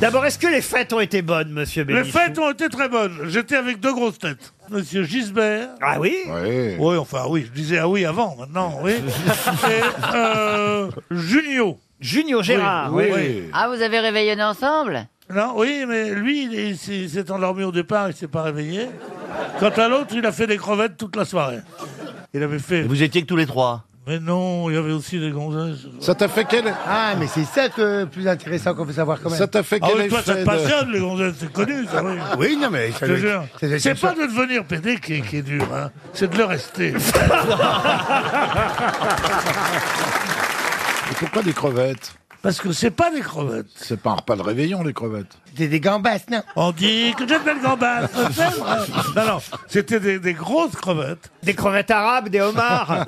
D'abord, est-ce que les fêtes ont été bonnes, monsieur Les Bénichou fêtes ont été très bonnes. J'étais avec deux grosses têtes. Monsieur Gisbert. Ah oui Oui, enfin oui, je disais ah oui avant, maintenant, oui. Et euh, Junio. Junio Gérard, oui. Ah, vous avez réveillonné ensemble Non, oui, mais lui, il, est- il s'est- il s'est endormi au départ, il s'est pas réveillé. Quant à l'autre, il a fait des crevettes toute la soirée. Il avait fait. Vous étiez que tous les trois. Mais non, il y avait aussi des gonzesses. Ça t'a fait quel Ah, mais c'est ça que plus intéressant qu'on peut savoir quand même. Ça t'a fait Ah quel oui, toi, ça effet te de- passionne, les gonzesses, c'est connu, ça, oui. Ah Oui, non, mais ça Je te doit être- jure. ça doit être C'est une pas sorte- de devenir PD qui est, qui est dur, hein. c'est de le rester. Et Pourquoi des crevettes Parce que c'est pas des crevettes. C'est pas un repas de réveillon, les crevettes. C'était des gambasses, non On dit que j'ai de belles gambasses. non, non, c'était des, des grosses crevettes. Des crevettes arabes, des homards.